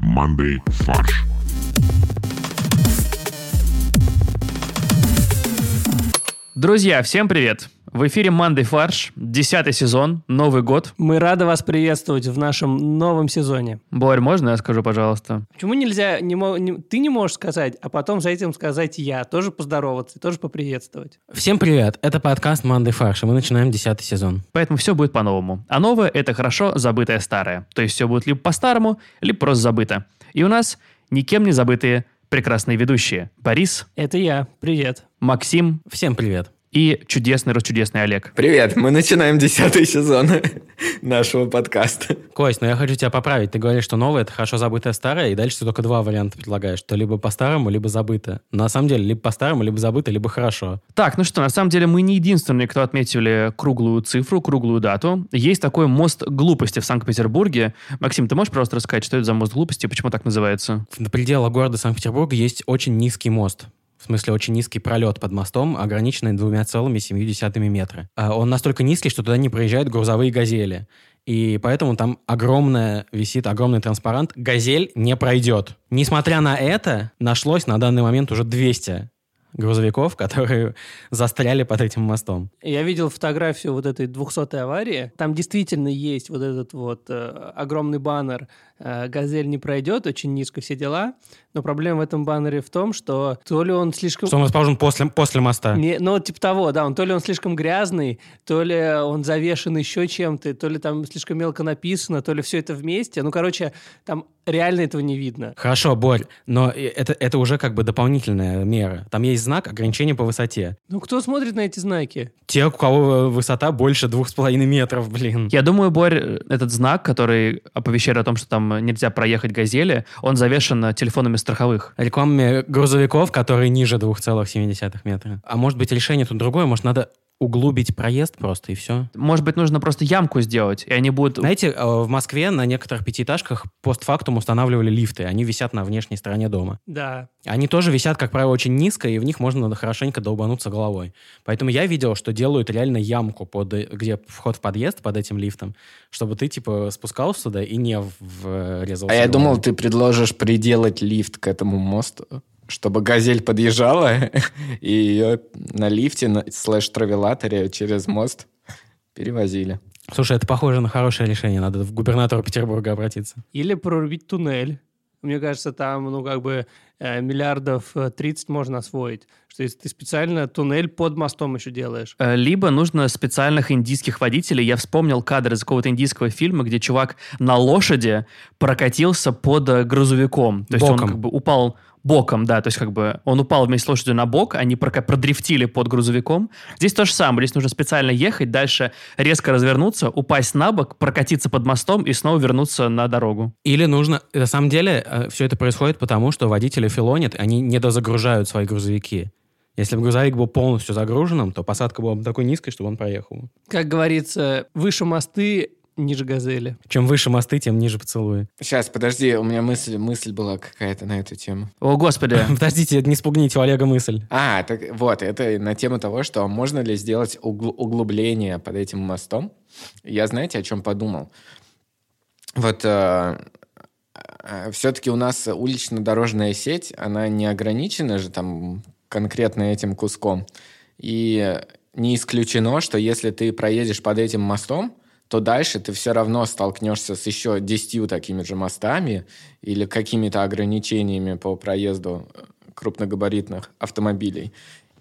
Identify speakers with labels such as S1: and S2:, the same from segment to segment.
S1: командой «Фарш».
S2: Друзья, всем привет! В эфире «Мандай фарш», 10 сезон, Новый год.
S3: Мы рады вас приветствовать в нашем новом сезоне.
S2: Борь, можно я скажу, пожалуйста?
S3: Почему нельзя, не мо- не- ты не можешь сказать, а потом за этим сказать я, тоже поздороваться, и тоже поприветствовать.
S4: Всем привет, это подкаст «Манды фарш», и мы начинаем десятый сезон.
S2: Поэтому все будет по-новому. А новое — это хорошо забытое старое. То есть все будет либо по-старому, либо просто забыто. И у нас никем не забытые прекрасные ведущие. Борис,
S3: Это я, привет.
S2: Максим
S4: Всем привет.
S2: и чудесный-расчудесный Олег.
S5: Привет, мы начинаем десятый сезон нашего подкаста.
S4: Кость, но я хочу тебя поправить. Ты говоришь, что новое — это хорошо забытое старое, и дальше ты только два варианта предлагаешь, что либо по-старому, либо забыто. На самом деле, либо по-старому, либо забыто, либо хорошо.
S2: Так, ну что, на самом деле мы не единственные, кто отметили круглую цифру, круглую дату. Есть такой мост глупости в Санкт-Петербурге. Максим, ты можешь просто рассказать, что это за мост глупости, почему так называется?
S4: В- На пределах города Санкт-Петербурга есть очень низкий мост. В смысле, очень низкий пролет под мостом, ограниченный двумя целыми семью десятыми метра. А Он настолько низкий, что туда не проезжают грузовые газели. И поэтому там огромная висит, огромный транспарант. Газель не пройдет. Несмотря на это, нашлось на данный момент уже 200 грузовиков, которые застряли под этим мостом.
S3: Я видел фотографию вот этой 200-й аварии. Там действительно есть вот этот вот э, огромный баннер э, «Газель не пройдет», очень низко все дела. Но проблема в этом баннере в том, что то ли он слишком...
S4: Что он расположен после, после моста.
S3: Не- ну, вот типа того, да, он то ли он слишком грязный, то ли он завешен еще чем-то, то ли там слишком мелко написано, то ли все это вместе. Ну, короче, там реально этого не видно.
S4: Хорошо, Борь, но э- это, это уже как бы дополнительная мера. Там есть знак ограничения по высоте.
S3: Ну, кто смотрит на эти знаки?
S4: Те, у кого э, высота больше двух с половиной метров, блин.
S2: Я думаю, Борь, э, этот знак, который оповещает о том, что там э, нельзя проехать газели, он завешен э, телефонами страховых.
S4: Рекламами грузовиков, которые ниже 2,7 метра. А может быть, решение тут другое? Может, надо углубить проезд просто и все?
S2: Может быть, нужно просто ямку сделать, и они будут...
S4: Знаете, э, в Москве на некоторых пятиэтажках постфактум устанавливали лифты. Они висят на внешней стороне дома.
S3: Да.
S4: Они тоже висят, как правило, очень низко, и в них можно хорошенько долбануться головой. Поэтому я видел, что делают реально ямку, под, э, где вход в подъезд под этим лифтом, чтобы ты, типа, спускался туда и не в- врезался.
S5: А я
S4: головой.
S5: думал, ты предложишь приделать лифт к этому мосту, чтобы газель подъезжала и ее на лифте, на слэш-травелаторе через мост перевозили.
S4: Слушай, это похоже на хорошее решение. Надо в губернатору Петербурга обратиться.
S3: Или прорубить туннель. Мне кажется, там, ну, как бы э, миллиардов э, 30 можно освоить. Что если ты специально туннель под мостом еще делаешь.
S2: Э, Либо нужно специальных индийских водителей. Я вспомнил кадр из какого-то индийского фильма, где чувак на лошади прокатился под э, грузовиком. То есть он
S4: Боком.
S2: как бы упал боком, да, то есть как бы он упал вместе с лошадью на бок, они прока- продрифтили под грузовиком. Здесь то же самое, здесь нужно специально ехать, дальше резко развернуться, упасть на бок, прокатиться под мостом и снова вернуться на дорогу.
S4: Или нужно... На самом деле, все это происходит потому, что водители филонят, они недозагружают свои грузовики. Если бы грузовик был полностью загруженным, то посадка была бы такой низкой, чтобы он проехал.
S3: Как говорится, выше мосты, ниже газели.
S4: Чем выше мосты, тем ниже поцелуи.
S5: Сейчас, подожди, у меня мысль, мысль была какая-то на эту тему.
S2: О, господи.
S4: Подождите, не спугните у Олега мысль.
S5: А, так вот, это на тему того, что можно ли сделать угл- углубление под этим мостом. Я, знаете, о чем подумал? Вот э, все-таки э, у нас улично-дорожная сеть, она не ограничена же там конкретно этим куском. И не исключено, что если ты проедешь под этим мостом, то дальше ты все равно столкнешься с еще десятью такими же мостами или какими-то ограничениями по проезду э, крупногабаритных автомобилей.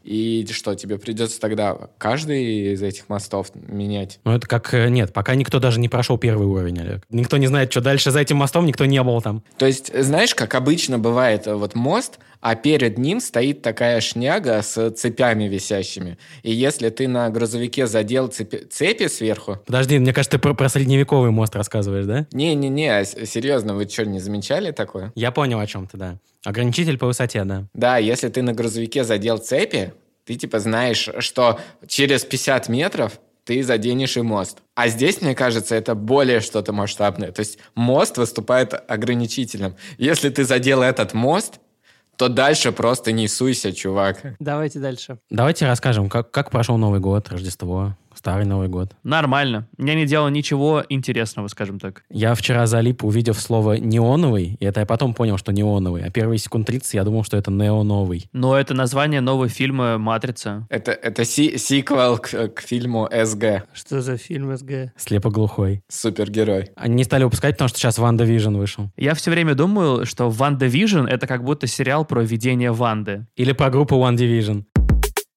S5: И что, тебе придется тогда каждый из этих мостов менять?
S4: Ну, это как... э, Нет, пока никто даже не прошел первый уровень, Олег. Никто не знает, что дальше за этим мостом, никто не был там.
S5: То есть, знаешь, как обычно бывает, э, вот мост, а перед ним стоит такая шняга с цепями висящими. И если ты на грузовике задел цепи, цепи сверху...
S4: Подожди, мне кажется, ты про, про средневековый мост рассказываешь, да?
S5: Не-не-не, а с- серьезно, вы что, не замечали такое?
S4: Я понял, о чем ты, да. Ограничитель по высоте, да.
S5: Да, если ты на грузовике задел цепи, ты типа знаешь, что через 50 метров ты заденешь и мост. А здесь, мне кажется, это более что-то масштабное. То есть мост выступает ограничителем. Если ты задел этот мост, то дальше просто не суйся, чувак.
S3: Давайте дальше.
S4: Давайте расскажем, как, как прошел Новый год, Рождество, Старый Новый год.
S2: Нормально. Я не делал ничего интересного, скажем так.
S4: Я вчера залип, увидев слово «неоновый», и это я потом понял, что неоновый. А первые секунд 30 я думал, что это неоновый.
S2: Но это название нового фильма «Матрица».
S5: Это, это си- сиквел к, к фильму СГ
S3: Что за фильм СГ?
S4: Слепоглухой.
S5: «Супергерой».
S4: Они не стали выпускать, потому что сейчас Ванда Вижн вышел.
S2: Я все время думаю, что «Ванда Вижн» — это как будто сериал про видение Ванды.
S4: Или про группу One Division.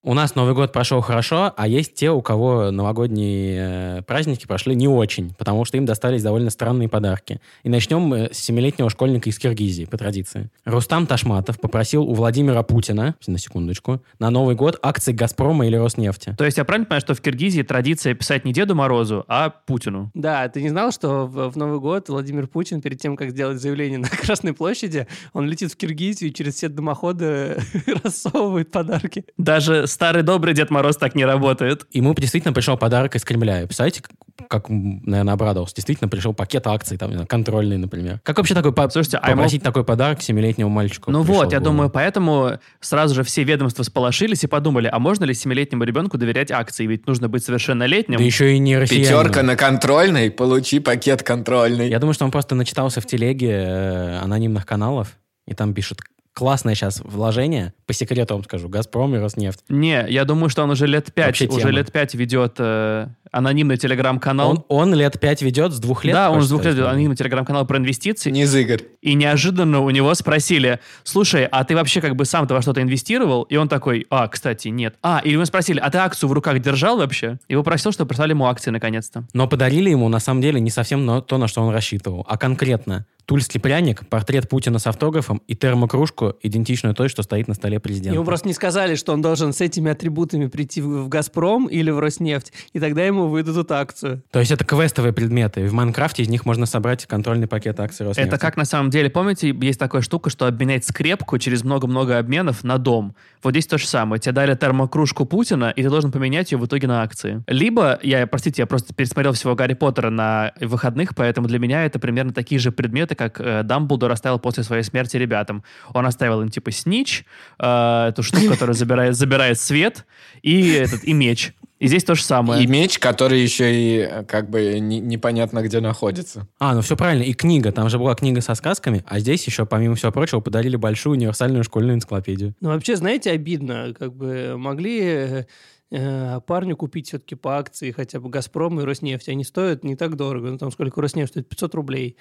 S4: У нас Новый год прошел хорошо, а есть те, у кого новогодние э, праздники прошли не очень, потому что им достались довольно странные подарки. И начнем мы с семилетнего школьника из Киргизии, по традиции. Рустам Ташматов попросил у Владимира Путина, на секундочку, на Новый год акции «Газпрома» или «Роснефти».
S2: То есть я правильно понимаю, что в Киргизии традиция писать не Деду Морозу, а Путину?
S3: Да, ты не знал, что в, в Новый год Владимир Путин перед тем, как сделать заявление на Красной площади, он летит в Киргизию и через все дымоходы рассовывает подарки.
S2: Даже старый добрый Дед Мороз так не работает.
S4: Ему действительно пришел подарок из Кремля. И представляете, как- как, м, наверное, обрадовался. Действительно пришел пакет акций, там, не знаю, контрольный, например. Как вообще такой по-
S2: Слушайте, а ему-
S4: попросить такой подарок семилетнему мальчику?
S2: Ну
S4: пришел
S2: вот,
S4: в
S2: я
S4: голову?
S2: думаю, поэтому сразу же все ведомства сполошились и подумали, а можно ли семилетнему ребенку доверять акции? Ведь нужно быть совершеннолетним.
S4: Да еще и не россиянину.
S5: Пятерка на контрольной, получи пакет контрольный.
S4: Я думаю, что он просто начитался в телеге э, анонимных каналов, и там пишут классное сейчас вложение, по секрету вам скажу, «Газпром» и «Роснефть».
S2: Не, я думаю, что он уже лет пять,
S4: Вообще
S2: уже
S4: тема.
S2: лет пять ведет э, анонимный телеграм-канал.
S4: Он, он лет пять ведет, с двух лет?
S2: да, он
S4: хочешь
S2: с двух лет
S4: сказать,
S2: ведет анонимный телеграм-канал про инвестиции.
S5: Не Игорь.
S2: И неожиданно у него спросили, слушай, а ты вообще как бы сам-то во что-то инвестировал? И он такой, а, кстати, нет. А, и мы спросили, а ты акцию в руках держал вообще? И попросил, чтобы прислали ему акции наконец-то.
S4: Но подарили ему, на самом деле, не совсем на- то, на что он рассчитывал, а конкретно тульский пряник, портрет Путина с автографом и термокружку, идентичную той, что стоит на столе президента.
S3: Ему просто не сказали, что он должен с этими атрибутами прийти в в «Газпром» или в «Роснефть», и тогда ему выдадут акцию.
S4: То есть это квестовые предметы. и В Майнкрафте из них можно собрать контрольный пакет акций Роснефти.
S2: Это как на самом деле, помните, есть такая штука, что обменять скрепку через много-много обменов на дом. Вот здесь то же самое. Тебе дали термокружку Путина, и ты должен поменять ее в итоге на акции. Либо, я, простите, я просто пересмотрел всего Гарри Поттера на выходных, поэтому для меня это примерно такие же предметы, как э, Дамблдор оставил после своей смерти ребятам. Он оставил им типа снич, э, эту штуку, которая забирает, забирает свет, и, этот, и меч. И здесь то же самое.
S5: И меч, который еще и э, как бы не- непонятно где находится.
S4: А, ну все правильно. И книга. Там же была книга со сказками, а здесь еще, помимо всего прочего, подарили большую универсальную школьную энциклопедию.
S3: Ну, вообще, знаете, обидно. Как бы могли э, э, парню купить все-таки по акции хотя бы «Газпром» и «Роснефть». Они стоят не так дорого. Ну, там сколько «Роснефть» стоит? 500 рублей.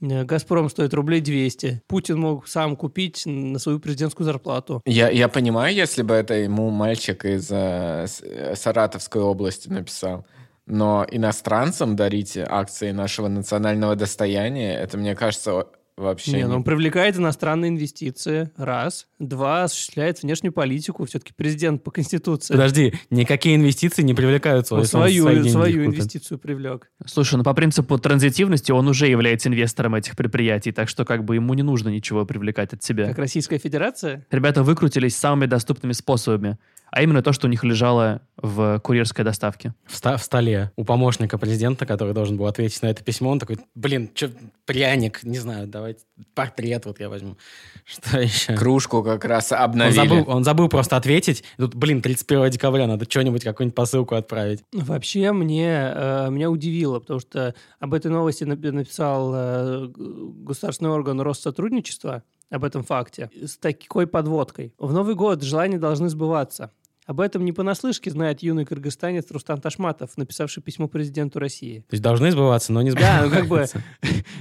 S3: Э, «Газпром» стоит рублей 200. Путин мог сам купить на свою президентскую зарплату.
S5: Я, я понимаю, если бы это ему мальчик из э, С- э, Саратовской области написал, но иностранцам дарить акции нашего национального достояния, это, мне кажется, о- вообще...
S3: Не,
S5: не-
S3: ну он привлекает иностранные инвестиции, раз. Два, осуществляет внешнюю политику, все-таки президент по Конституции.
S4: Подожди, никакие инвестиции не привлекаются.
S3: Он
S4: если он
S3: свою,
S4: свои деньги
S3: свою
S4: купит.
S3: инвестицию привлек.
S2: Слушай, ну по принципу транзитивности он уже является инвестором этих предприятий, так что как бы ему не нужно ничего привлекать от себя.
S3: Как Российская Федерация?
S2: Ребята выкрутились самыми доступными способами, а именно то, что у них лежало в курьерской доставке.
S4: В, ста- в столе у помощника президента, который должен был ответить на это письмо, он такой, блин, что, пряник, не знаю, давайте портрет вот я возьму. Что еще?
S5: Кружку как раз
S4: Он
S5: обновили.
S4: забыл, он забыл просто ответить. И Тут, блин, 31 декабря надо что-нибудь, какую-нибудь посылку отправить.
S3: Вообще мне, э, меня удивило, потому что об этой новости напи- написал э, г- государственный орган Россотрудничества об этом факте с такой подводкой. В Новый год желания должны сбываться. Об этом не понаслышке знает юный кыргызстанец Рустам Ташматов, написавший письмо президенту России.
S4: То есть должны сбываться, но не
S3: Да,
S4: сбываются.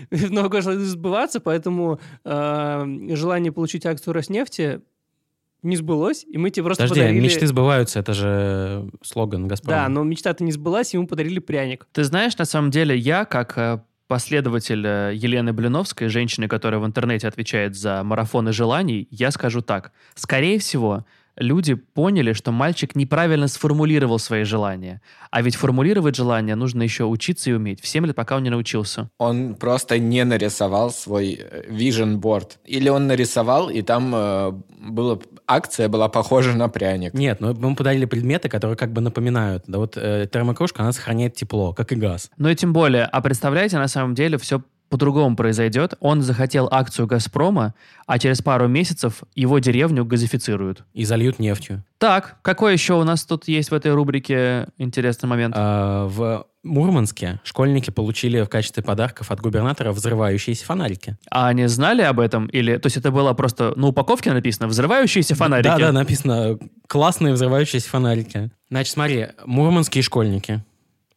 S3: ну как бы много год желание сбываться, поэтому э, желание получить акцию Роснефти не сбылось, и мы тебе просто
S4: Подожди, а
S3: подарили...
S4: мечты сбываются, это же э, слоган «Газпрома».
S3: Да, но мечта-то не сбылась, и ему подарили пряник.
S2: Ты знаешь, на самом деле, я, как э, последователь э, Елены Блиновской, женщины, которая в интернете отвечает за марафоны желаний, я скажу так. Скорее всего, люди поняли, что мальчик неправильно сформулировал свои желания. А ведь формулировать желания нужно еще учиться и уметь. В 7 лет, пока он не научился.
S5: Он просто не нарисовал свой э, vision board. Или он нарисовал, и там э, было, акция была похожа на пряник.
S4: Нет, ну мы подарили предметы, которые как бы напоминают. Да вот э, термокружка, она сохраняет тепло, как и газ.
S2: Ну и тем более, а представляете, на самом деле все по-другому произойдет. Он захотел акцию «Газпрома», а через пару месяцев его деревню газифицируют.
S4: И зальют нефтью.
S2: Так, какой еще у нас тут есть в этой рубрике интересный момент?
S4: А, в Мурманске школьники получили в качестве подарков от губернатора взрывающиеся фонарики.
S2: А они знали об этом? Или, то есть это было просто на упаковке написано «взрывающиеся фонарики»?
S4: Да-да, написано «классные взрывающиеся фонарики». Значит, смотри, мурманские школьники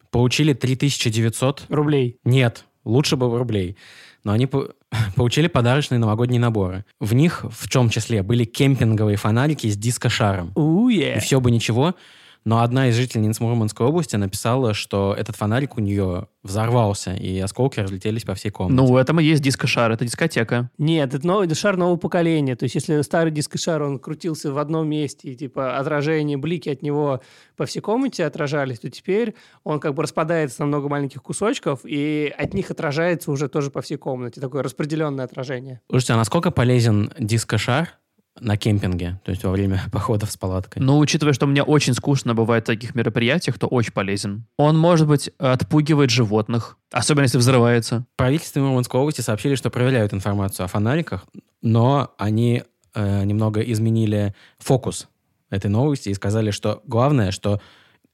S4: получили 3900...
S3: Рублей.
S4: Нет, лучше бы рублей. Но они по- получили подарочные новогодние наборы. В них, в том числе, были кемпинговые фонарики с диско-шаром. И
S3: Уе.
S4: все бы ничего, но одна из жительниц Мурманской области написала, что этот фонарик у нее взорвался, и осколки разлетелись по всей комнате.
S2: Ну, у этого есть дискошар, это дискотека.
S3: Нет, это новый это шар нового поколения. То есть, если старый дискошар, он крутился в одном месте, и типа отражение, блики от него по всей комнате отражались, то теперь он как бы распадается на много маленьких кусочков, и от них отражается уже тоже по всей комнате. Такое распределенное отражение.
S4: Слушайте, а насколько полезен дискошар на кемпинге, то есть во время походов с палаткой?
S2: Но Ну, учитывая, что мне очень скучно бывает в таких мероприятиях, то очень полезен. Он, может быть, отпугивает животных, особенно если взрывается.
S4: Правительство Мурманской области сообщили, что проверяют информацию о фонариках, но они э, немного изменили фокус этой новости и сказали, что главное, что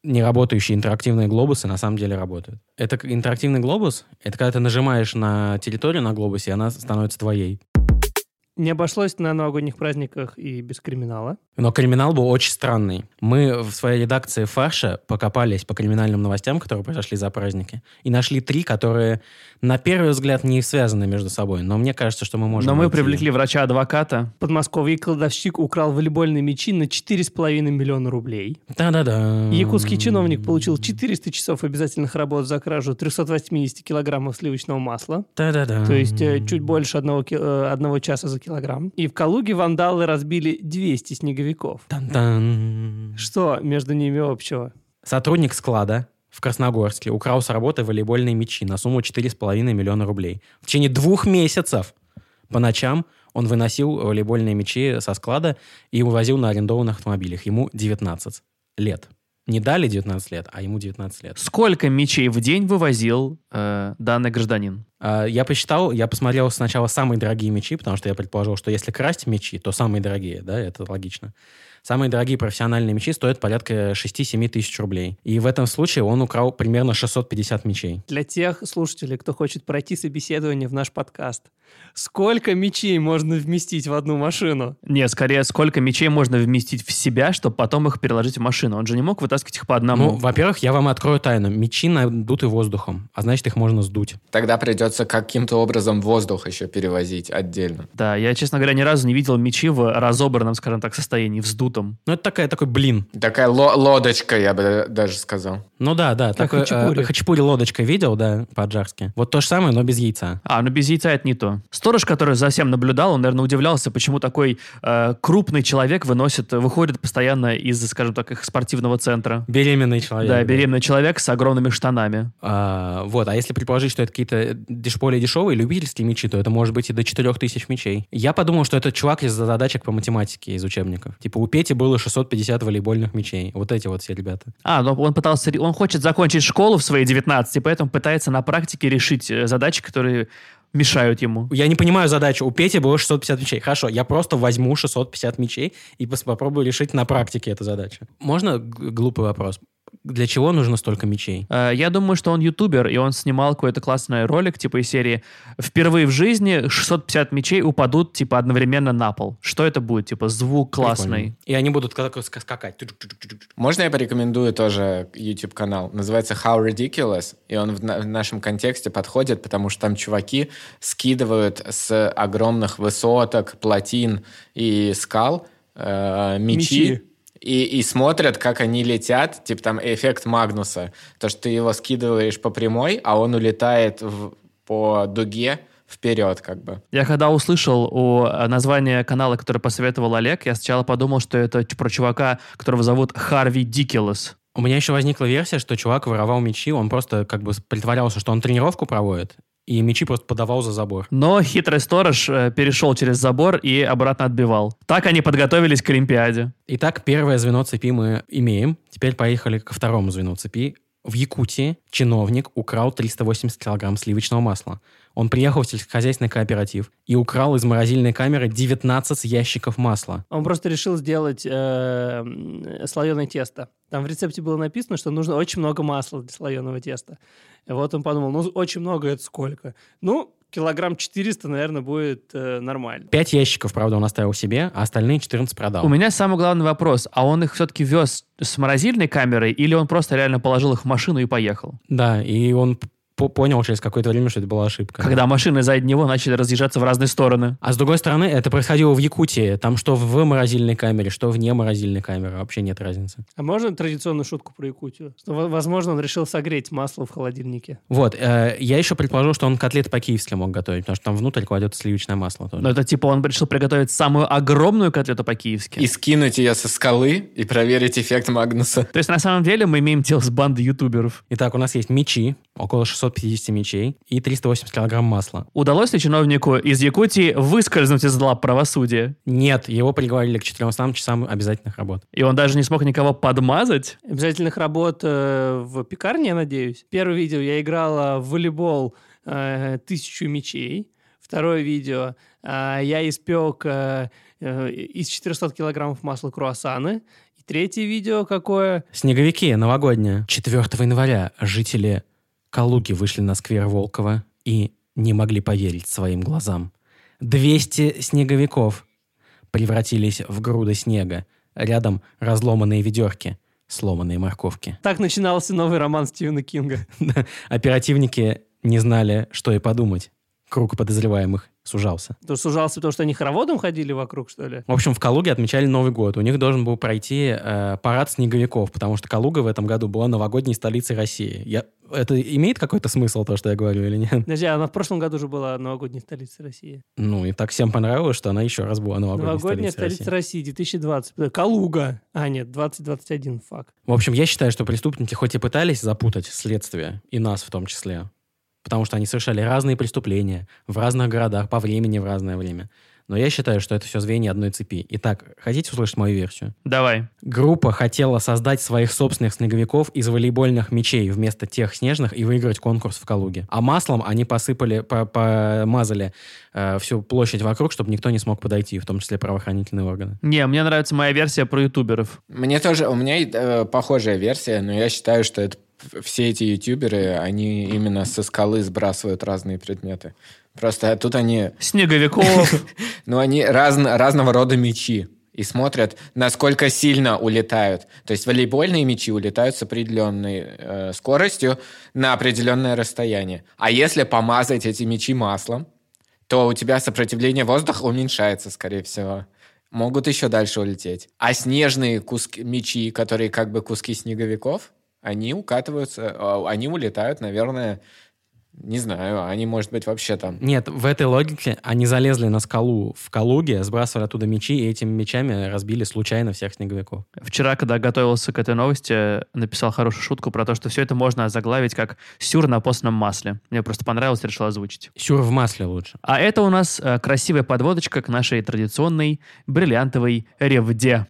S4: неработающие интерактивные глобусы на самом деле работают. Это к- интерактивный глобус, это когда ты нажимаешь на территорию на глобусе, и она становится твоей.
S3: Не обошлось на новогодних праздниках и без криминала.
S4: Но криминал был очень странный. Мы в своей редакции «Фарша» покопались по криминальным новостям, которые произошли за праздники, и нашли три, которые на первый взгляд не связаны между собой. Но мне кажется, что мы можем...
S2: Но мы
S4: найти-
S2: привлекли врача-адвоката.
S3: Подмосковье кладовщик украл волейбольные мячи на 4,5 миллиона рублей.
S4: Да-да-да.
S3: Якутский чиновник получил 400 часов обязательных работ за кражу 380 килограммов сливочного масла,
S4: Да-да-да.
S3: то есть э, чуть больше одного, ки- э, одного часа за килограмм. И в Калуге вандалы разбили 200 снеговиков.
S4: Тан-тан.
S3: Что между ними общего?
S4: Сотрудник склада в Красногорске украл с работы волейбольные мячи на сумму 4,5 миллиона рублей. В течение двух месяцев по ночам он выносил волейбольные мячи со склада и увозил на арендованных автомобилях. Ему 19 лет. Не дали 19 лет, а ему 19 лет.
S2: Сколько мечей в день вывозил э, данный гражданин?
S4: А, Я посчитал, я посмотрел сначала самые дорогие мечи, потому что я предположил, что если красть мечи, то самые дорогие, да, это логично. Самые дорогие профессиональные мечи стоят порядка 6-7 тысяч рублей. И в этом случае он украл примерно 650 мечей.
S3: Для тех слушателей, кто хочет пройти собеседование в наш подкаст, сколько мечей можно вместить в одну машину?
S2: Не, скорее, сколько мечей можно вместить в себя, чтобы потом их переложить в машину? Он же не мог вытаскивать их по одному.
S4: Ну, во-первых, я вам открою тайну. Мечи надуты воздухом, а значит, их можно сдуть.
S5: Тогда придется каким-то образом воздух еще перевозить отдельно.
S2: Да, я, честно говоря, ни разу не видел мечи в разобранном, скажем так, состоянии, вздутом.
S4: Ну, это такая, такой блин.
S5: Такая ло- лодочка, я бы э, даже сказал.
S4: Ну да, да.
S3: Как
S4: такой, э,
S3: хачапури.
S4: хачапури лодочкой видел, да, по-аджарски. Вот то же самое, но без яйца.
S2: А, ну без яйца это не то. Сторож, который за всем наблюдал, он, наверное, удивлялся, почему такой э, крупный человек выносит, выходит постоянно из, скажем так, их спортивного центра.
S4: Беременный человек.
S2: да, беременный человек с огромными штанами.
S4: А, вот, а если предположить, что это какие-то э, деш- более дешевые любительские мечи, то это может быть и до 4000 мечей. Я подумал, что это чувак из задачек по математике из учебников. Типа у Пети было 650 волейбольных мечей. Вот эти вот все ребята.
S2: А, но он пытался, ре- он хочет закончить школу в свои 19, и поэтому пытается на практике решить э, задачи, которые мешают ему.
S4: Я не понимаю задачу. У Пети было 650 мечей. Хорошо, я просто возьму 650 мечей и пос- попробую решить на практике эту задачу. Можно г- глупый вопрос? Для чего нужно столько мечей?
S2: Э, Я думаю, что он ютубер, и он снимал какой-то классный ролик, типа из серии «Впервые в жизни 650 мечей упадут, типа, одновременно на пол». Что это будет? Типа, звук классный.
S4: Прикольно. И они будут ка- ска- скакать. Ту-ту-ту-ту-ту.
S5: Можно я порекомендую тоже YouTube-канал? Называется How Ridiculous, и он в, на- в нашем контексте подходит, потому что там чуваки скидывают с огромных высоток, плотин и скал э, мечи,
S3: Мечи.
S5: И, и смотрят, как они летят, типа там эффект Магнуса. То, что ты его скидываешь по прямой, а он улетает в- по дуге вперед как бы.
S2: Я когда услышал о э, название канала, который посоветовал Олег, я сначала подумал, что это ч- про чувака, которого зовут Харви Дикелос.
S4: У меня еще возникла версия, что чувак воровал мечи, он просто как бы с- притворялся, что он тренировку проводит, и мечи просто подавал за забор.
S2: Но хитрый сторож э, перешел через забор и обратно отбивал. Так они подготовились к Олимпиаде.
S4: Итак, первое звено цепи мы имеем. Теперь поехали ко второму звену цепи. В Якутии чиновник украл 380 килограмм сливочного масла. Он приехал в сельскохозяйственный кооператив и украл из морозильной камеры 19 ящиков масла.
S3: Он просто решил сделать э, м, слоеное тесто. Там в рецепте было написано, что нужно очень много масла для слоеного теста. И вот он подумал, ну, очень много это сколько? Ну, килограмм 400, наверное, будет э, нормально.
S4: 5 ящиков, правда, он оставил себе, а остальные 14 продал.
S2: У меня самый главный вопрос. А он их все-таки вез с морозильной камерой или он просто реально положил их в машину и поехал?
S4: Да, и он по- понял через какое-то время, что это была ошибка.
S2: Когда машины сзади него начали разъезжаться в разные стороны.
S4: А с другой стороны, это происходило в Якутии. Там что в морозильной камере, что вне морозильной камеры. Вообще нет разницы.
S3: А можно традиционную шутку про Якутию? Что, во- возможно, он решил согреть масло в холодильнике.
S4: Вот, э, я еще предположил, что он котлеты по-киевски мог готовить, потому что там внутрь кладет сливочное масло тоже.
S2: Но это типа он решил приготовить самую огромную котлету по-киевски.
S5: И скинуть ее со скалы и проверить эффект Магнуса.
S2: То есть на самом деле мы имеем дело с бандой ютуберов.
S4: Итак, у нас есть мечи, около 650 мечей и 380 килограмм масла.
S2: Удалось ли чиновнику из Якутии выскользнуть из лап правосудия?
S4: Нет, его приговорили к 400 часам обязательных работ.
S2: И он даже не смог никого подмазать?
S3: Обязательных работ э, в пекарне, я надеюсь. Первое видео я играла в волейбол э, «Тысячу мячей». Второе видео э, я испек э, э, из 400 килограммов масла круассаны. И третье видео какое?
S4: Снеговики, новогодние. 4 января жители Калуги вышли на сквер Волкова и не могли поверить своим глазам. 200 снеговиков превратились в груды снега. Рядом разломанные ведерки, сломанные морковки.
S3: Так начинался новый роман Стивена Кинга.
S4: Оперативники не знали, что и подумать. Круг подозреваемых сужался.
S3: То сужался, потому что они хороводом ходили вокруг, что ли?
S4: В общем, в Калуге отмечали Новый год. У них должен был пройти э, парад снеговиков, потому что Калуга в этом году была новогодней столицей России. Я... Это имеет какой-то смысл, то, что я говорю, или нет?
S3: Подожди, а она в прошлом году уже была новогодней столицей России.
S4: Ну, и так всем понравилось, что она еще раз была новогодней,
S3: Новогодняя
S4: столицей
S3: столица
S4: России.
S3: России. 2020. Калуга. А, нет, 2021, факт.
S4: В общем, я считаю, что преступники хоть и пытались запутать следствие, и нас в том числе, потому что они совершали разные преступления в разных городах, по времени, в разное время. Но я считаю, что это все звенья одной цепи. Итак, хотите услышать мою версию?
S2: Давай.
S4: Группа хотела создать своих собственных снеговиков из волейбольных мячей вместо тех снежных и выиграть конкурс в Калуге. А маслом они посыпали, по- помазали э, всю площадь вокруг, чтобы никто не смог подойти, в том числе правоохранительные органы.
S2: Не, мне нравится моя версия про ютуберов.
S5: Мне тоже, у меня э, похожая версия, но я считаю, что это все эти ютуберы, они именно со скалы сбрасывают разные предметы. Просто тут они,
S2: Снеговиков.
S5: ну, они разн- разного рода мячи и смотрят, насколько сильно улетают. То есть волейбольные мячи улетают с определенной э, скоростью на определенное расстояние. А если помазать эти мячи маслом, то у тебя сопротивление воздуха уменьшается, скорее всего. Могут еще дальше улететь. А снежные куски, мячи, которые как бы куски снеговиков, они укатываются, э, они улетают, наверное, не знаю, они, может быть, вообще там
S4: Нет, в этой логике они залезли на скалу в Калуге, сбрасывали оттуда мячи, и этими мячами разбили случайно всех снеговиков.
S2: Вчера, когда готовился к этой новости, написал хорошую шутку про то, что все это можно заглавить как «сюр на постном масле». Мне просто понравилось, решил озвучить.
S4: Сюр в масле лучше.
S2: А это у нас э, красивая подводочка к нашей традиционной бриллиантовой ревде.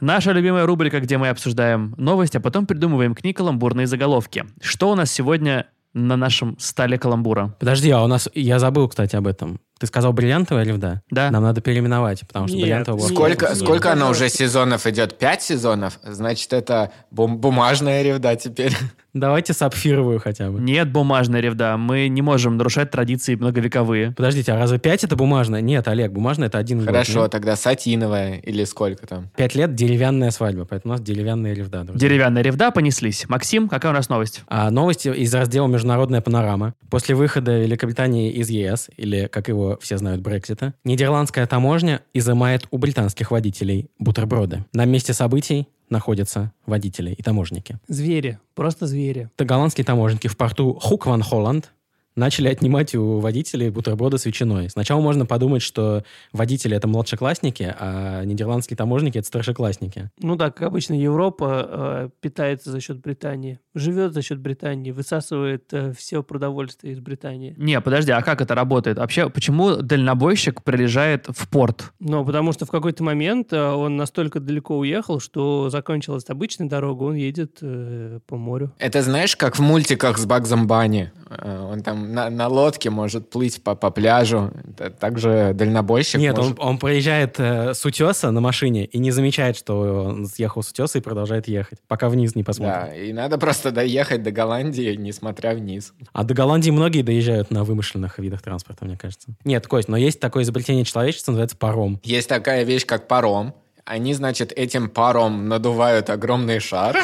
S2: Наша любимая рубрика, где мы обсуждаем новость, а потом придумываем к ней каламбурные заголовки. Что у нас сегодня на нашем столе каламбура?
S4: Подожди, а у нас... Я забыл, кстати, об этом. Ты сказал бриллиантовая или да?
S2: Да?
S4: Нам надо переименовать, потому что
S3: Нет,
S4: бриллиантовая... была-
S3: нет,
S5: Сколько,
S3: нет,
S5: сколько она
S3: пожалуйста.
S5: уже сезонов идет? Пять сезонов? Значит, это бум- бумажная ревда теперь.
S4: Давайте сапфировую хотя бы.
S2: Нет бумажной ревда. Мы не можем нарушать традиции многовековые.
S4: Подождите, а разве 5 это бумажная? Нет, Олег, бумажная это один год,
S5: Хорошо,
S4: нет?
S5: тогда сатиновая или сколько там?
S4: Пять лет деревянная свадьба, поэтому у нас деревянная ревда. друзья.
S2: Деревянная ревда понеслись. Максим, какая у нас новость?
S4: А новости из раздела «Международная панорама». После выхода Великобритании из ЕС, или, как его все знают, Брексита, нидерландская таможня изымает у британских водителей бутерброды. На месте событий находятся водители и таможники.
S3: Звери. Просто звери.
S4: Т- Голландские таможенники в порту Хукван, Холланд, начали отнимать у водителей бутерброды с ветчиной. Сначала можно подумать, что водители — это младшеклассники, а нидерландские таможенники — это старшеклассники.
S3: Ну да, как обычно, Европа э, питается за счет Британии. Живет за счет Британии. Высасывает э, все продовольствие из Британии.
S2: Не, подожди, а как это работает? Вообще, почему дальнобойщик прилежает в порт?
S3: Ну, потому что в какой-то момент э, он настолько далеко уехал, что закончилась обычная дорога, он едет э, по морю.
S5: Это знаешь, как в мультиках с Багзом Банни? Э, Он там на, на лодке может плыть по, по пляжу. Т- Также дальнобойщик
S4: Нет,
S5: может...
S4: он, он проезжает э, с утеса на машине и не замечает, что он съехал с утеса и продолжает ехать, пока вниз не посмотрит.
S5: Да, и надо просто доехать до Голландии, несмотря вниз.
S4: А до Голландии многие доезжают на вымышленных видах транспорта, мне кажется. Нет, Кость, но есть такое изобретение человечества, называется паром.
S5: Есть такая вещь, как паром. Они, значит, этим паром надувают огромный шар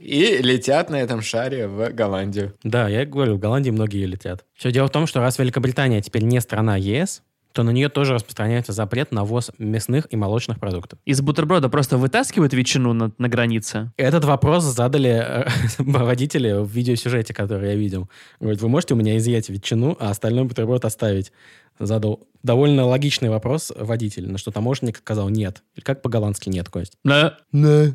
S5: и летят на этом шаре в Голландию.
S4: Да, я говорю, в Голландии многие летят. Все дело в том, что раз Великобритания теперь не страна ЕС, то на нее тоже распространяется запрет на ввоз мясных и молочных продуктов.
S2: Из бутерброда просто вытаскивают ветчину на, на границе.
S4: Этот вопрос задали э, водители в видеосюжете, который я видел. Говорит, вы можете у меня изъять ветчину, а остальной бутерброд оставить? Задал довольно логичный вопрос водитель, на что таможенник сказал нет. Или как по-голландски нет, Кость?
S2: Да.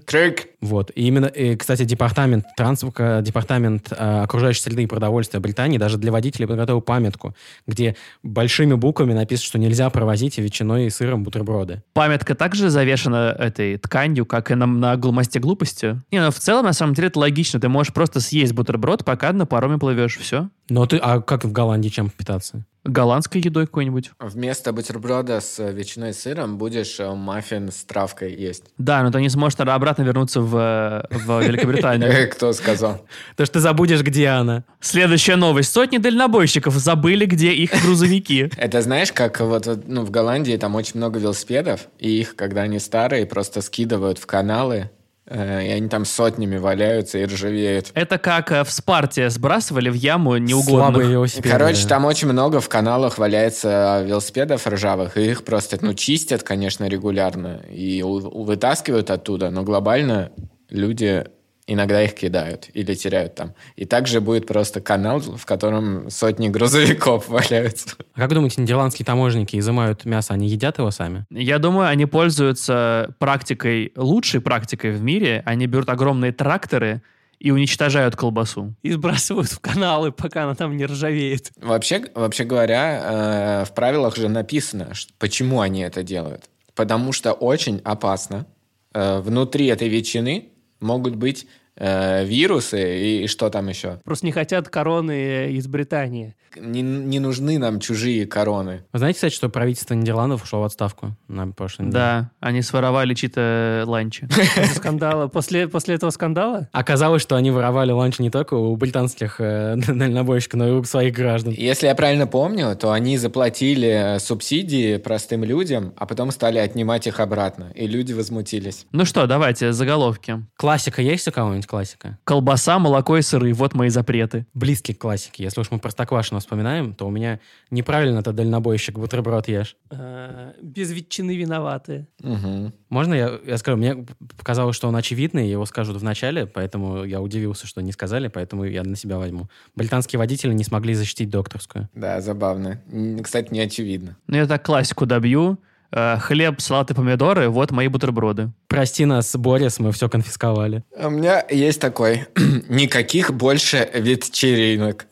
S5: Крик!
S4: Вот. И именно, э, кстати, департамент транспорта, департамент э, окружающей среды и продовольствия Британии даже для водителей подготовил памятку, где большими буквами написано, что нельзя провозить ветчиной и сыром бутерброды.
S2: Памятка также завешена этой тканью, как и на, на глумасте глупости. Не, ну в целом, на самом деле, это логично. Ты можешь просто съесть бутерброд, пока на пароме плывешь. Все.
S4: Но ты, а как в Голландии чем питаться?
S2: Голландской едой какой-нибудь.
S5: Вместо бутерброда с ветчиной и сыром будешь э, маффин с травкой есть.
S2: Да, но ты не сможешь тогда обратно вернуться в, э, в Великобританию.
S5: Э, Кто сказал?
S4: То, что ты забудешь, где она.
S2: Следующая новость. Сотни дальнобойщиков забыли, где их грузовики.
S5: Это знаешь, как вот вот, ну, в Голландии там очень много велосипедов, и их, когда они старые, просто скидывают в каналы, э, и они там сотнями валяются и ржавеют.
S2: Это как э, в Спарте сбрасывали в яму
S4: Слабые
S2: неугодных.
S4: велосипеды.
S5: Короче,
S4: да.
S5: там очень много в каналах валяется велосипедов ржавых, и их просто, ну, чистят, конечно, регулярно, и у- у- вытаскивают оттуда, но глобально люди иногда их кидают или теряют там. И также будет просто канал, в котором сотни грузовиков валяются.
S4: А как думаете, нидерландские таможенники изымают мясо, они едят его сами?
S2: Я думаю, они пользуются практикой, лучшей практикой в мире. Они берут огромные тракторы и уничтожают колбасу.
S3: И сбрасывают в каналы, пока она там не ржавеет.
S5: Вообще, вообще говоря, э, в правилах же написано, ш- почему они это делают. Потому что очень опасно. Э, внутри этой ветчины могут быть э, вирусы и, и что там еще.
S3: Просто не хотят короны э, из Британии.
S5: Не, не нужны нам чужие короны.
S4: Вы знаете, кстати, что правительство Нидерландов ушло в отставку на прошлой неделе?
S2: Да, они своровали чьи-то ланчи.
S3: После скандала. После, после этого скандала?
S4: Оказалось, что они воровали ланч не только у британских э, дальнобойщиков, но и у своих граждан.
S5: Если я правильно помню, то они заплатили э, субсидии простым людям, а потом стали отнимать их обратно. И люди возмутились.
S2: Ну что, давайте, заголовки.
S4: Классика есть у кого-нибудь классика?
S2: Колбаса, молоко и сыры. Вот мои запреты.
S4: Близкие к классике. Если уж мы Простоквашино вспоминаем, то у меня неправильно ты дальнобойщик бутерброд ешь.
S3: Э, без ветчины виноваты.
S5: Мгм.
S4: Можно я, я скажу? Мне показалось, что он очевидный, его скажут в начале, поэтому я удивился, что не сказали, поэтому я на себя возьму. Британские водители не смогли защитить докторскую.
S5: Да, забавно. М, Кстати, не очевидно.
S2: Ну, я так классику добью. Э, Хлеб, салат и помидоры. Вот мои бутерброды.
S4: Прости нас, Борис, мы все конфисковали.
S5: У меня есть такой. Никаких больше вечеринок.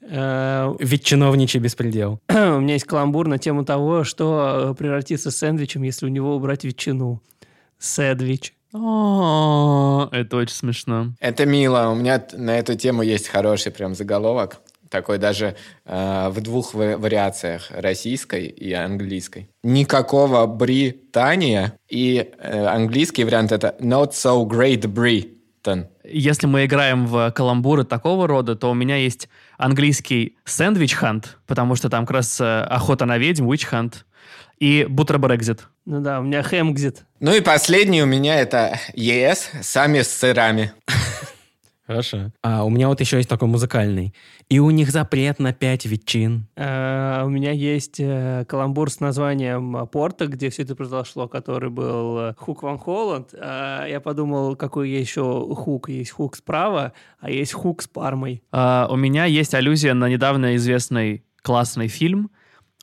S3: Э,
S4: Ведь чиновничий беспредел.
S3: у меня есть каламбур на тему того, что э, превратится сэндвичем, если у него убрать ветчину. Сэдвич.
S2: О, Это очень смешно.
S5: Это мило. У меня т- на эту тему есть хороший прям заголовок. Такой даже э, в двух ва- вариациях. Российской и английской. Никакого Британия. И э, английский вариант это not so great Britain.
S2: Если мы играем в каламбуры такого рода, то у меня есть английский сэндвич-хант, потому что там как раз э, охота на ведьм, witch-хант, и бутербрекзит.
S3: Ну да, у меня хэмгзит.
S5: Ну и последний у меня это ЕС сами с сырами.
S4: Хорошо. А у меня вот еще есть такой музыкальный. И у них запрет на пять ветчин.
S3: Э, У меня есть э, каламбур с названием э, Порта, где все это произошло, который был э, Хук Ван Холланд. А Я подумал, какой есть еще хук. Есть хук справа, а есть хук с пармой.
S2: А, у меня есть аллюзия на недавно известный классный фильм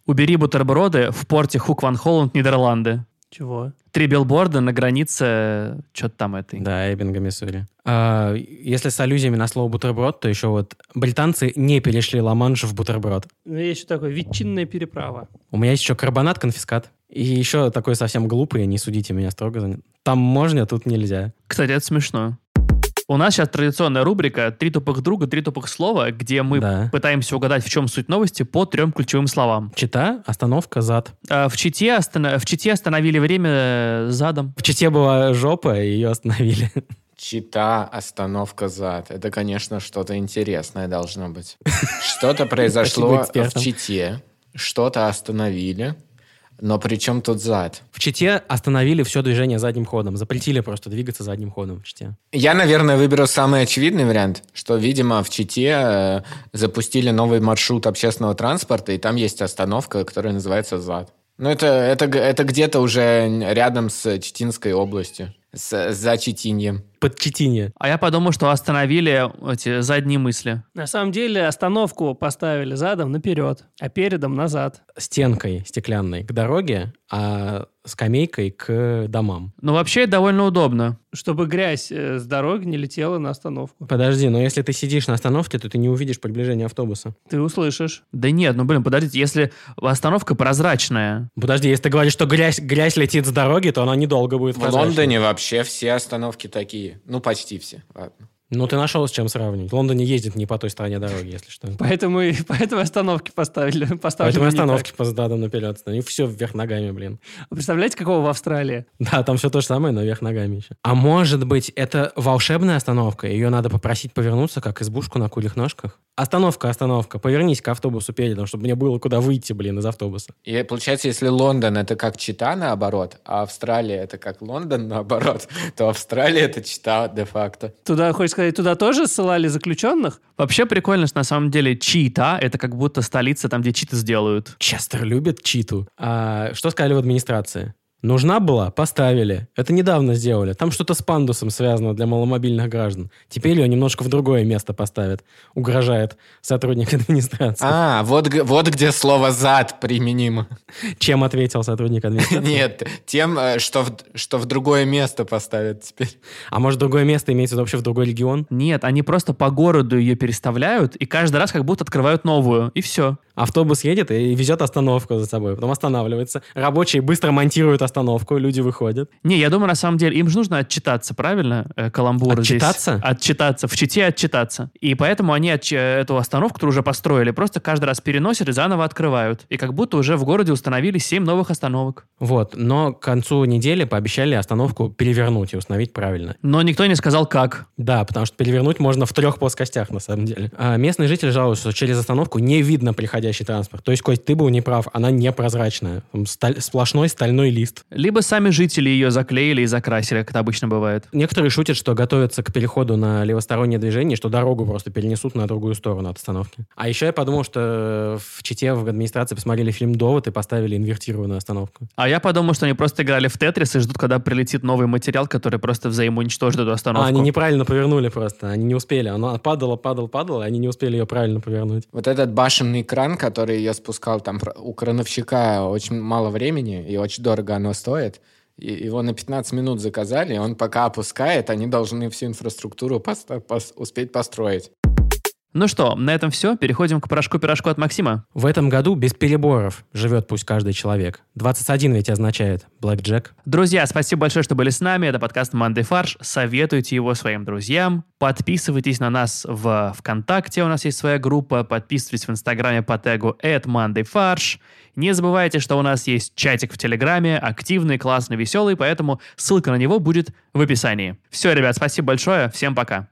S2: «Убери бутерброды» в порте Хук Ван Холланд, Нидерланды.
S3: Чего?
S2: Три билборда на границе что-то там этой.
S4: Да, Эббинга, Миссури. А, если с аллюзиями на слово бутерброд, то еще вот британцы не перешли Ла-Манш в бутерброд.
S3: Ну, есть еще такое ветчинная переправа.
S4: У меня есть еще карбонат-конфискат. И еще такой совсем глупый, не судите меня строго за... Там можно, тут нельзя.
S2: Кстати, это смешно. У нас сейчас традиционная рубрика «Три тупых друга, три тупых слова», где мы
S4: Да.
S2: пытаемся угадать, в чем суть новости по трем ключевым словам.
S4: Чита, остановка, зад.
S2: А, В Чите, остана- в Чите остановили время э, задом.
S4: В Чите была жопа, и ее остановили.
S5: Чита, остановка зад. Это, конечно, что-то интересное должно быть. Что-то произошло
S4: Спасибо
S5: в
S4: экспертам.
S5: Чите, что-то остановили, но при чем тут зад?
S4: В Чите остановили все движение задним ходом. Запретили просто двигаться задним ходом в Чите.
S5: Я, наверное, выберу самый очевидный вариант, что, видимо, в Чите э, запустили новый маршрут общественного транспорта, и там есть остановка, которая называется ЗАД. Ну, это, это, г- это где-то уже рядом с Читинской областью, с- за Читиньем.
S4: Под Читине.
S2: А я подумал, что остановили эти задние мысли.
S3: На самом деле остановку поставили задом наперед, а передом назад.
S4: Стенкой стеклянной к дороге, а скамейкой к домам.
S2: Ну, вообще, довольно удобно.
S3: Чтобы грязь э, с дороги не летела на остановку.
S4: Подожди, но если ты сидишь на остановке, то ты не увидишь приближение автобуса.
S3: Ты услышишь.
S2: Да нет, ну, блин, подождите, если остановка прозрачная.
S4: Подожди, если ты говоришь, что грязь, грязь летит с дороги, то она недолго будет
S5: В
S4: прозрачной.
S5: Лондоне вообще все остановки такие. Ну, почти все. Ладно.
S4: Ну, ты нашел с чем сравнивать. В Лондоне ездит не по той стороне дороги, если что.
S3: Поэтому, и, поэтому остановки поставили. поставлены
S4: Поэтому
S3: не
S4: остановки по задам наперед. Они все вверх ногами, блин.
S3: так. Представляете, какого в Австралии?
S4: Да, там все то же самое, но вверх ногами еще. А может быть, это волшебная остановка? Ее надо попросить повернуться, как избушку на курьих ножках? Остановка, остановка. Повернись к автобусу передом, чтобы мне было куда выйти, блин, из автобуса.
S5: И получается, если Лондон это как Чита наоборот, а Австралия это как Лондон наоборот, то Австралия это Чита де-факто.
S3: Туда, хочешь сказать, туда тоже ссылали заключенных?
S2: Вообще прикольно, что на самом деле Чита — это как будто столица, там, где читы сделают.
S4: Честер любит читу. А что сказали в администрации? Нужна была? Поставили. Это недавно сделали. Там что-то с пандусом связано для маломобильных граждан. Теперь ее немножко в другое место поставят. Угрожает сотрудник администрации.
S5: А, вот, г- вот где слово «зад» применимо.
S4: Чем ответил сотрудник администрации?
S5: Нет, тем, э, что в, что в другое место поставят теперь.
S4: А может, другое место имеется в виду вообще в другой регион?
S2: Нет, они просто по городу ее переставляют, и каждый раз как будто открывают новую, и все.
S4: Автобус едет и везет остановку за собой, потом останавливается. Рабочие быстро монтируют остановку, люди выходят.
S2: Не, я думаю, на самом деле, им же нужно отчитаться, правильно, э, каламбуры здесь?
S4: Отчитаться?
S2: Отчитаться, в чите отчитаться. И поэтому они отч- э, эту остановку, которую уже построили, просто каждый раз переносят и заново открывают. И как будто уже в городе установили 7 новых остановок.
S4: Вот, но к концу недели пообещали остановку перевернуть и установить правильно.
S2: Но никто не сказал, как.
S4: Да, потому что перевернуть можно в трех плоскостях, на самом деле. А, местный житель жалуется, что через остановку не видно приходящий транспорт. То есть, Кость, ты был неправ, она непрозрачная. Там сталь- сплошной стальной лист.
S2: Либо сами жители ее заклеили и закрасили, как это обычно бывает.
S4: Некоторые шутят, что готовятся к переходу на левостороннее движение, что дорогу просто перенесут на другую сторону от остановки. А еще я подумал, что э, в Чите в администрации посмотрели фильм «Довод» и поставили инвертированную остановку.
S2: А я подумал, что они просто играли в Тетрис и ждут, когда прилетит новый материал, который просто взаимоуничтожит эту остановку.
S4: А они неправильно повернули просто, они не успели. Она падала, падала, падала, и они не успели ее правильно повернуть.
S5: Вот этот башенный кран, который я спускал, там про- у крановщика очень мало времени, и очень дорого оно стоит. И его на 15 минут заказали, и он пока опускает, они должны всю инфраструктуру поста- пос- успеть построить.
S2: Ну что, на этом все. Переходим к порошку-пирожку от Максима.
S4: В этом году без переборов живет пусть каждый человек. 21 ведь означает блэкджек.
S2: Друзья, спасибо большое, что были с нами. Это подкаст «Манды Фарш». Советуйте его своим друзьям. Подписывайтесь на нас в ВКонтакте. У нас есть своя группа. Подписывайтесь в Инстаграме по тегу «Мандыфарш». Не забывайте, что у нас есть чатик в Телеграме. Активный, классный, веселый. Поэтому ссылка на него будет в описании. Все, ребят, спасибо большое. Всем пока.